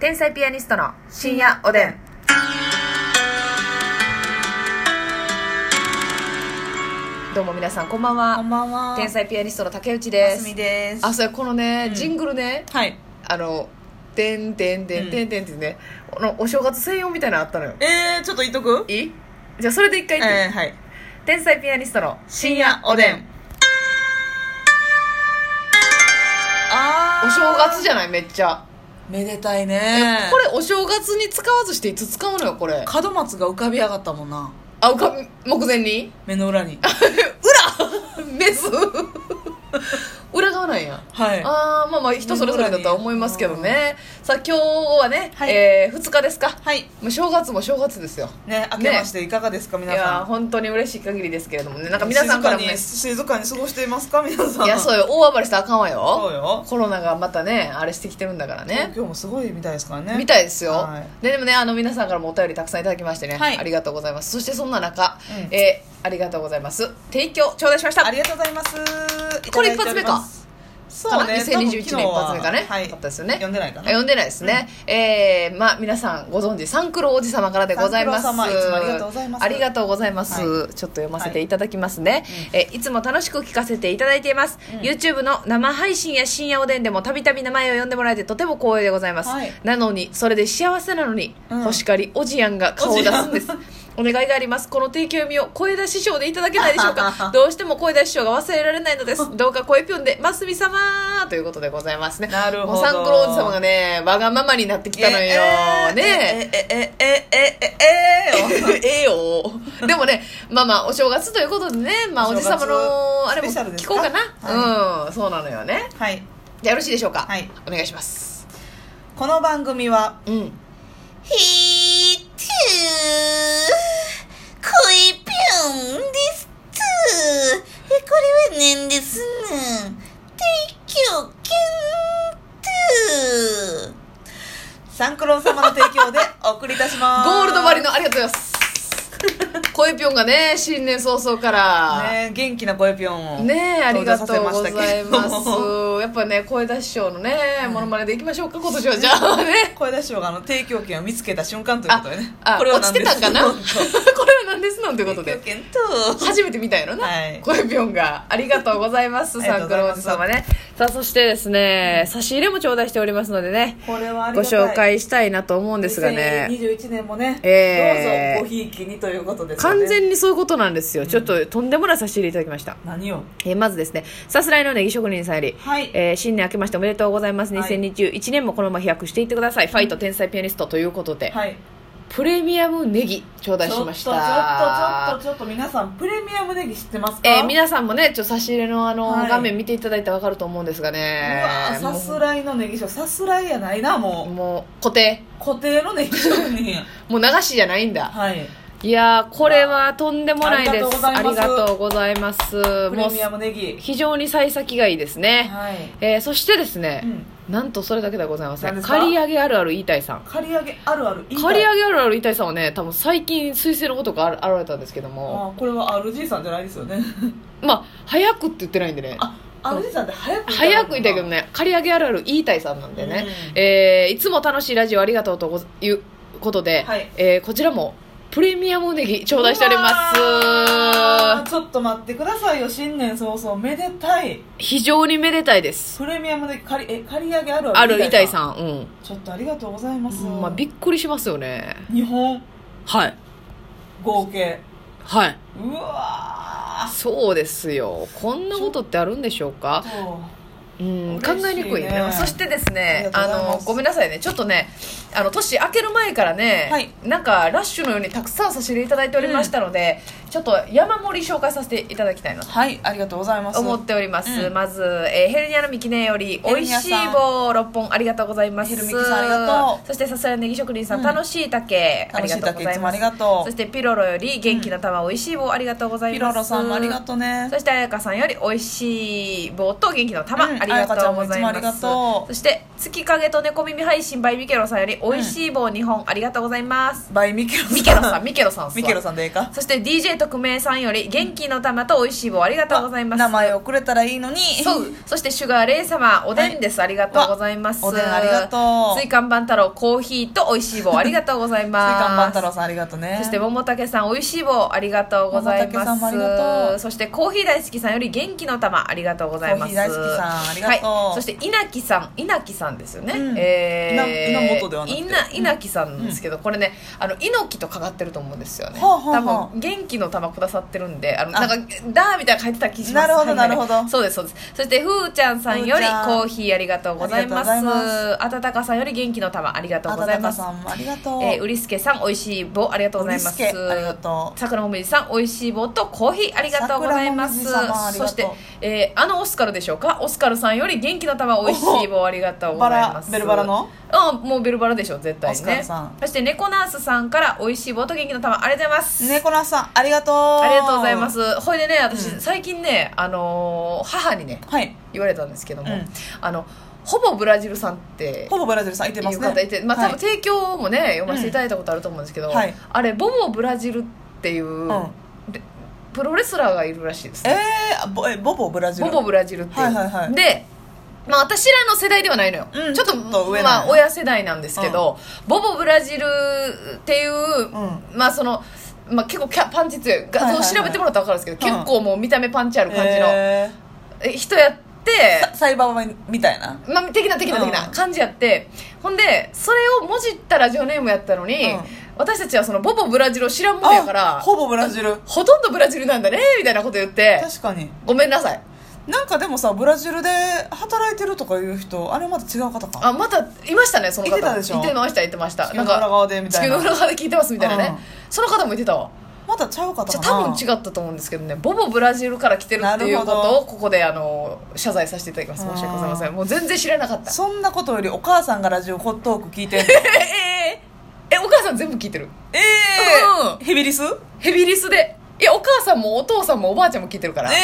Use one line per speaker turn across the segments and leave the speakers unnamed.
天才ピアニストの深夜おでん。どうも皆さんこんばん
こ
は
ん。ばんは。
天才ピアニストの竹内
あ
です
み
す。
です。
あ、そうやこのね、
うん
ジングルね、
はい。
あの、てんてんてんてんてんってね、あのお正月専用みたいなのあったのよ。
えー、ちょっと言っとく
いいじゃあそれで一回言って、
えー、はい。
天才ピアニストの
深夜おでん。あー。
お正月じゃないめっちゃ、
めでたいね。
これお正月に使わずしていつ使うのよこれ
門松が浮かび上がったもんな。
あうか目前に
目の裏に。
裏メス裏側なんや
はい。
あーまあまあ人それぞれだとは思いますけどねさあ今日はね、
はい
え2日ですか
はい。
もう正月も正月ですよ
ね、明けましていかがですか、
い
皆
やー
さん。
本当に嬉しい限りですけれどもねなんか皆さんからもね
静かに、静かに過ごしていますか、皆さん。
いやそうよ大暴れしたらあかんわよ
そうよ
コロナがまたねあれしてきてるんだからね
東京もすごいみたいですからね。
みたいですよ、
は
ででもねあの皆さんからもお便りたくさんいただきましてね、
はい
ありがとうございますそしてそんな中、
うん
えーありがとうございます提供頂戴しました
ありがとうございます。
これ一発目か
そうね。
かな2021年一発目かね
多分昨日ははい。
だったですよね
読んでないかな。
読んでないですね、えーまあ皆さんご存知サンクロおじ様からでございます
サンクロ様いつもありがとうございます
ありがとうございますち
は
ょっと読ませていただきますね、いえーいつも楽しく聞かせていただいています、
うん
YouTube の生配信や深夜おでんでもたびたび名前を呼んでもらえてとても光栄でございます、
はい
なのにそれで幸せなのに、
うん
欲しかりおじやんが顔を出すんです
おじやん
お願いがありますこの提供読みを声出師匠でいただけないでしょう かどうしても声出師匠が忘れられないのですどうか声ぴょんでますみ様ということでございますね
なるほど
もうサンクロおじ様がねわがままになってきたのよ、ねえ
えええええええええ
ええよでもねまあまあお正月ということでね、まあ、お
お
じ
正
さ
月
まのあれも
スペシャルで
聞
すか
こうかなうんそうなのよね
はい
じゃあよろしいでしょうか
はい
お願いします
この番組は
うん
「ヒートーこいぴょんですとーえこれは何ですの提供キュンとーサンクロー様の提供でお送りいたします
ゴールドバリのありがとうございます 声ぴょんがね新年早々から
ね元気なこいぴょんを
ねえありがとう
登場
ご
させまし
ざ
たけ
い
ど
ますやっぱね声出し師匠のねものまねでいきましょうか今年 はじゃあね
声出しよがあの提供権を見つけた瞬間ということでね
あ
これは
落
何
ち
で
て
す
たんかな こ
本
れは何ですなんというこ
当
と
提
で
供権と
初めて見たんやろな、
はい
声ぴょんがありがとうございます
ありが
サ
と
ンク
うござい
ロ
ま
ー
す
ズ様ねさあそしてですね差し入れも頂戴しておりますのでね
これはあり
ご
がたい
紹介したいなと思うんですがね
2021年もね、
えー
どうぞごひいきにということですよね
完全にそういうことなんですよ、ちょっととんでもない差し入れいただきました
何を
えーまずですねさすらいのネギ職人さんより、
はい
えー新年明けましておめでとうございます
はい
2021年もこのまま飛躍していってください、ファイト天才ピアニストということで、
はい
プレミアムネギ頂戴しました
ちょっとちょっとちょっとちょっと皆さんプレミアムネギ知ってますか
えー皆さんもねちょっと差し入れのあの、
はい
画面見ていただいてわかると思うんですがね
うわさすらいのネギ賞さすらいやないな
もう
も
もう固定
う固定のネギ賞 に
もう流しじゃないんだ
はい
いやーこれはとんでもないです
あ
あり
り
が
が
と
と
うございます
プ
も
レ
う
ミアムネギ
非常に幸先がいいですね、
はい、
えーそしてですね
う、ん、
なんとそれだけではございませ
何
ん
ですか
刈り上げあるある言いたいさん
借り上げあるある
刈り上げあるある言いたいさんはね多分最近彗星のことが現れたんですけども
あこれは RG さんじゃないですよ ね
まあ早くって言ってないんでね
あ RG さんって早く
早く言いたいけど
ね
ね刈り上げあるある言いたいさんなんでね、
うん
えーいつも楽しいラジオありがとうとごいうことで、
はい
えーこちらもプレミアムネギ頂戴しており
うわ
ま
ー
す
ちょっと待ってくださいよ新年早々めでたい
非常にめでたいです
プレミアムで借りえ借り上げある
ある
イ
板
タ
井
イん
さんうん、
ちょっとありがとうございます、
まあ、びっくりしますよね
日本
はい
合計
はいう
わー
そうですよこんなことってあるんでしょうかうん、考
嬉しいね
えにくいねそしてですね
あ
あ
りがとうございます
のごめんなさいねちょっとねあの年明ける前からね、
はい
なんかラッシュのようにたくさん差し入れいただいておりましたので、ちょっと山盛り紹介させていただきたいなと
はいありがとうございます
思っております、
うん
まず、えーヘルニアのミキネより
ヘ
お
ル
い
ニア
し
さ
い
ん
棒6本ありがとうございます
ヘルミキさんありがとう
そしてさすらいのネギ職人さん、
うん
楽しい竹あ
楽
り
し
が
い
とうご
竹い
ざい
つも
ま
あ
す
りがと
そうしてピロロより元気な玉おいしい棒ありがとうござい
ピ
ます
ロロさんもありがとうね
そして彩香さんより美味しい棒と元気の玉、
うん
ありがとうござい
彩香ちゃんもいつもあり
ま
が
す
と
そ
う
して月影と猫耳配信バイミケロさんより美味しい棒2本ありがとうございます、
バイミケロさん
ミケロさんミケロさんっすわ
ミケロさんでええか
そして DJ 匿名さんより元気の玉と美味しい棒ありがとうございます
名前をくれたらいいのに。
そう。そしてシュガーレイ様おでんです、ありがとうございます
わ おでんありがとう
水看板太郎コーヒーと美味しい棒ありがとうございます
水看板太郎さんありがとうね。
そして桃竹さん美味しい棒ありがとうございます
桃竹さんもありがとう
そしてコーヒー大好きさんより元気の玉ありがとうございます
コーヒー大好きさんありがとう
はい、そして稲木さん稲木さんですよね、
うん
えー、
稲稲本ではなくて
稲稲木さんなんですけど、これねあの猪木とかかってると思うんですよね、
はあはあはあ
多分元気の玉くださってるんであの
あ
なんかダーみたいなの書いてた気します
なるほど
はいはい
なるほど
そうですそうですそしてふーちゃんさんよ
ふ
り
ーちゃん
コーヒーありがとうございます
ありがとうござ
温かさんより元気の玉ありがとうございます
あたたかさんもありがとう。
えー、うりすけさんおいしい棒ありがとうございます
うりすけありがとう
桜もみじさんおいしい棒とコーヒーありがとうございます
桜もみじ様あり
そ
がとう
して、えーあのオスカルでしょうかオスカルさんより元気の玉おいしい棒ありがとうございます
バラベルバラの
あもうベルバラでしょ絶対に
オスカ
ね
ルさん
そして猫ナースさんからおいしい棒と元気の玉ありがとうございます
猫なさん、ありがとう。あ
ありがとうございま。すほいでね私、
うん
最近ね、あのー母にね
はい。
言われたんですけども、
うん
あのほぼブラジルさんって
ほぼブラジルさんいて
い
ます
う
ね。
方いて、まあ、多
は
分
い
提供もね、読ませていただいたことあると思うんですけど、
うんはい
あれボモブラジルっていう、
うん
でプロレスラーがいるらしいです、
えーあぼえ、ボボブラジル。
ボモブラジルっていう、
はいはいはい
で、まあ、私らの世代ではないのよ、
うん
ちょっと
ちょっと上な
ま
の
あ、親世代なんですけど、ボボブラジルっていう、
う
まあそのまあ、結構キャパンチ強い
はいはい
画
はい
像調べてもらったら分かるんですけど、
うん
結構もう見た目パンチある感じの、
え
え人やって
ーさサイバーマンみたいな。
まあ、的な的な
うん
的な感じやって、ほんでそれをもじったラジオネームやったのに、
うん
私たちはそのボボブラジルを知らんもんやから
あ
ほ
ほぼブラジル。
とんどブラジルなんだねみたいなこと言って
確かに。
ごめんなさい
なんかでもさ、ブラジルで働いてるとかいう人、あれまた違う方か。
あまたいましたねその方
いてたでしょ
いてましたいてました
地球
な
の
ん
裏
か
側でみ
地
たい
球の裏
な。
側で聞いてますみたいなね、
うん
その方もいてたわ
またちゃう方か
じゃ
な。
あ多分違ったと思うんですけどねボボブラジルから来てるっていうこ
なるほ
と
ど
をここであの謝罪させていただきます申し訳ございませ
うん
もう全然知らなかった
そんなことよりお母さんがラジオホットーク聞いてんの
ええええお母さん全部聞いてる
え
うん
ヘビリスえ
ヘビリスでいやお母さんもお父さんもおばあちゃんも聞いてるから、
え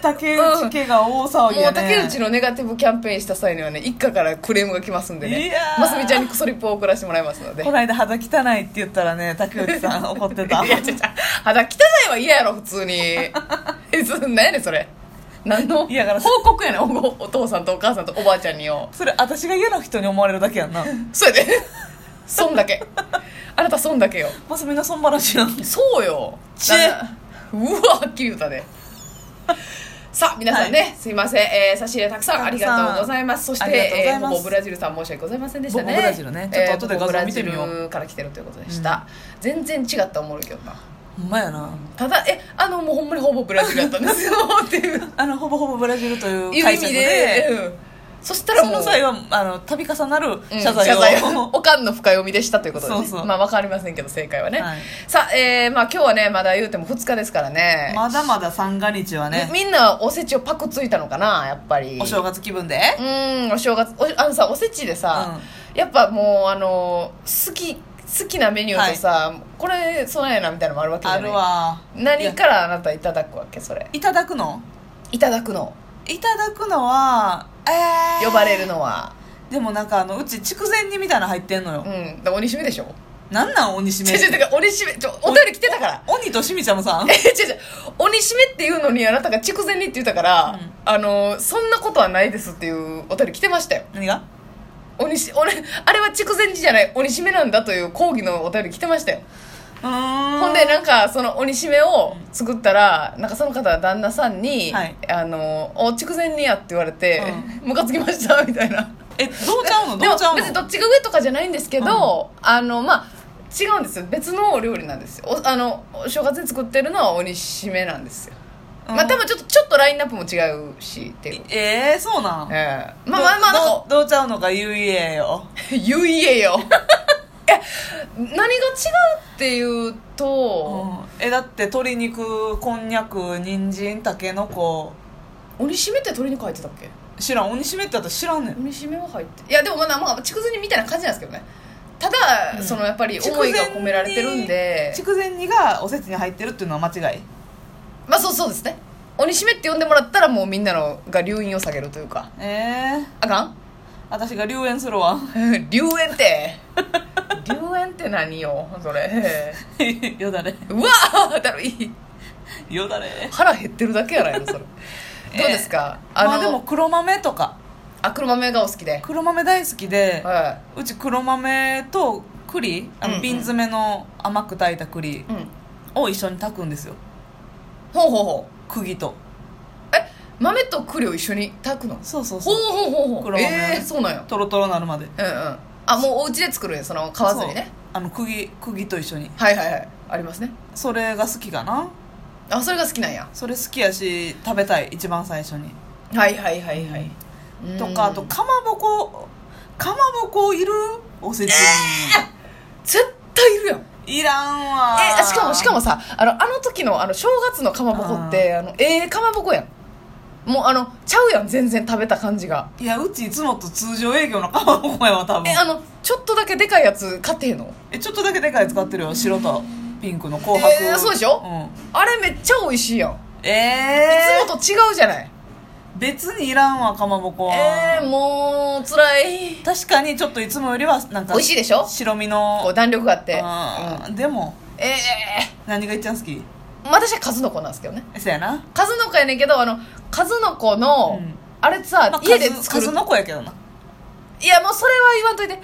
竹内家が大騒ぎ
も
や
う
ね
竹内のネガティブキャンペーンした際にはね一家からクレームが来ますんで
い
ね
やー
ますみちゃんにクソリップを送らせてもらいますので
この間肌汚いって言ったらね竹内さん 怒ってた
いやちゃちゃ肌汚いは嫌やろ普通にえそ何やねんそれ何の
嫌がらせ
報告やねんおごお父さんとお母さんとおばあちゃんによ
それ私が嫌な人に思われるだけや んな
それで損だけあなた損だけよ
マスミの損話なんです
そうよ
ち
なうわはっきり言うたでさあ皆さんね、すいません、えー差し入れたくさんありがとうございますそし
あ
て
りがとうござ
え
い
ー
ます
ボボブラジルさん申し訳ございませんでしたね
ボボブラジルねちょっと後で画像見てみよ
ボボ
う
ブラジルから来てるということでした、全然違った思うけどな
ほんまやな
ただえあのもうほんまにほぼブラジルだったんで すよっていう
あのほぼほぼブラジルとい
いうう意
解釈
味
で
で、うんそしたら
そ
もう
の際はあの度重なる
うん
謝罪を,、
おかんの深読みでしたということでね、
そうそう
まあ分かりませんけど正解はね、
はい
さあ、えーまあ、今日はねまだ言うても2日ですからね
まだまだ三が日はね
みみんなおせちをパクついたのかなやっぱり
お正月気分で
うーんお正月おあのさおせちでさ、やっぱもうあの好き好きなメニューとさ、これそうなんやなみたいなのもあるわけじ
あ
ゃな
る
い
わ
何からあなたいただくわけそれ
いただくの
いただくの
いただくのはえー
呼ばれるのは
でもなんかあのうち畜前煮みたいなの入ってんのよ、
うんだ折り締めでしょ
なんなん鬼しめ
違う違うだから折り締めちょお便り来てたから
鬼としみちゃんもさ
え
ん
違う違う鬼締めっていうのにあなたが筑前煮って言ったから、
うん
あのそんなことはないですっていうお便り来てましたよ
何が
鬼し俺あれは筑前寺じゃない鬼しめなんだという抗議のお便り来てましたよ
うーん
ほんでなんかその鬼しめを作ったらなんかその方は旦那さんに「
はい
あのお筑前煮や」って言われて「ムカつきました」 みたいな
えどうちゃうの
で
ど
も
うちゃうの
別にどっちが上とかじゃないんですけど、あのまあ違うんですよ別のお料理なんですよおあのお正月に作ってるのは鬼しめなんですよ、
うん
まあ多分ちょっとちょっとラインナップも違うしっていう、
えー、そうなん
ええまあまあまあなんか
どどうちゃうのか言いえよ
言えよえ何が違うっていうと、
えだって鶏肉こんにゃく人参たけのこ
鬼しめって鶏肉入ってたっけ
知らん鬼しめって私知らんねん
鬼しめは入っていやでもまあまあ筑前煮みたいな感じなんですけどねただ、
うん
そのやっぱり思いが込められてるんで
筑前煮がおせちに入ってるっていうのは間違い
まあそうそうですね鬼しめって呼んでもらったらもうみんなのが留飲を下げるというか
えー、
あかん
私が流煙するわ
留煙って 留煙って何よそれ
よだれ
うわーだるい
よだれ
腹減ってるだけやないのそ れどうですか、あの、
まあでも黒豆とか
あ黒豆がお好きで、
黒豆大好きで、
は
うち黒豆と栗あ
うんう
の
ん
瓶詰めの甘く炊いた栗
い、うん、
を一緒に炊くんですよ
ほうほうほう
釘と
豆と栗を一緒に炊くの
そうそう
ほう
そう
ほうほうほ
黒
う
豆
ええー、そうなんや
とろとろなるまで
うんうんあもうお家で作るんやその買わずに
そ
ね
うあの釘釘と一緒に
はいはいはいありますね
それが好きかな
あそれが好きなんや
それ好きやし食べたい一番最初に
はいはいはいはい
とかあとかまぼこかまぼこいるおせち
絶対いるやん
にいらんわ
えしかもしかもさあのあの時のあの正月のかまぼこってあのええかまぼこやんもうあのちゃうやん全然食べた感じが
いやうちいつもと通常営業のかまぼこやわ多分
えあのちょっとだけでかいやつ買ってへんの
えちょっとだけでかい使ってるよ白とピンクの紅白、
えーそうでしょ
う
あれめっちゃ美味しいやんい
ん、え
つもと違うじゃない
ー、別にいらんわかまぼこは
えー、もう辛い
確かにちょっといつもよりはなんか
美味しいでしょ
白身
こう
の
弾力があって、
あ
う
ーでも
ん、ええ
何がいっちゃん好き
ー、私は数の子なんですけどね
そやな、
数の子やねんけどあの数の子の、
うん
あれさ、
まあ、
家で作る
数の子やけどない
やもうそれは言わんといて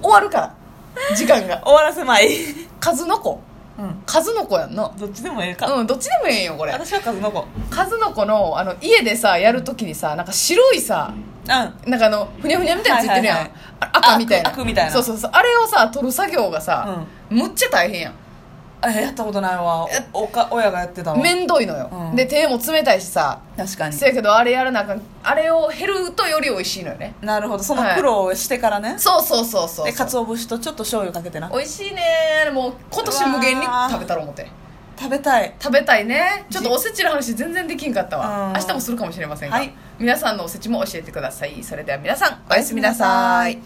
終わるから時間が
終わらせまい、
数の子
うん、
数の子やんな
どっちでもええか、
うんどっちでもええんよこれ
私は数の子
数の子のあの家でさやるときにさなんか白いさ
う
なんかあのふにゃふにゃみたいなのついてるやん、
はいはい
あ赤みたいな
あ悪悪みたいな
そうそうそうあれをさ取る作業がさ、むっちゃ大変やん
んえやったことないわお
え
おか親がやってたわ
面倒いのよ、
うん
で手も冷たいしさ
確かに
せやけどあれやらなあかんあれを減るとより美味しいのよね
なるほどその苦労をしてからね、
そうそうそうそう
で鰹節とちょっと醤油かけてな
美味しいねもう今年無限に食べたろう思って
食べたい
食べたいねちょっとおせちの話全然できんかったわ
うん
明日もするかもしれませんが、
はい
皆さんのおせちも教えてくださいそれでは皆さんおやすみなさい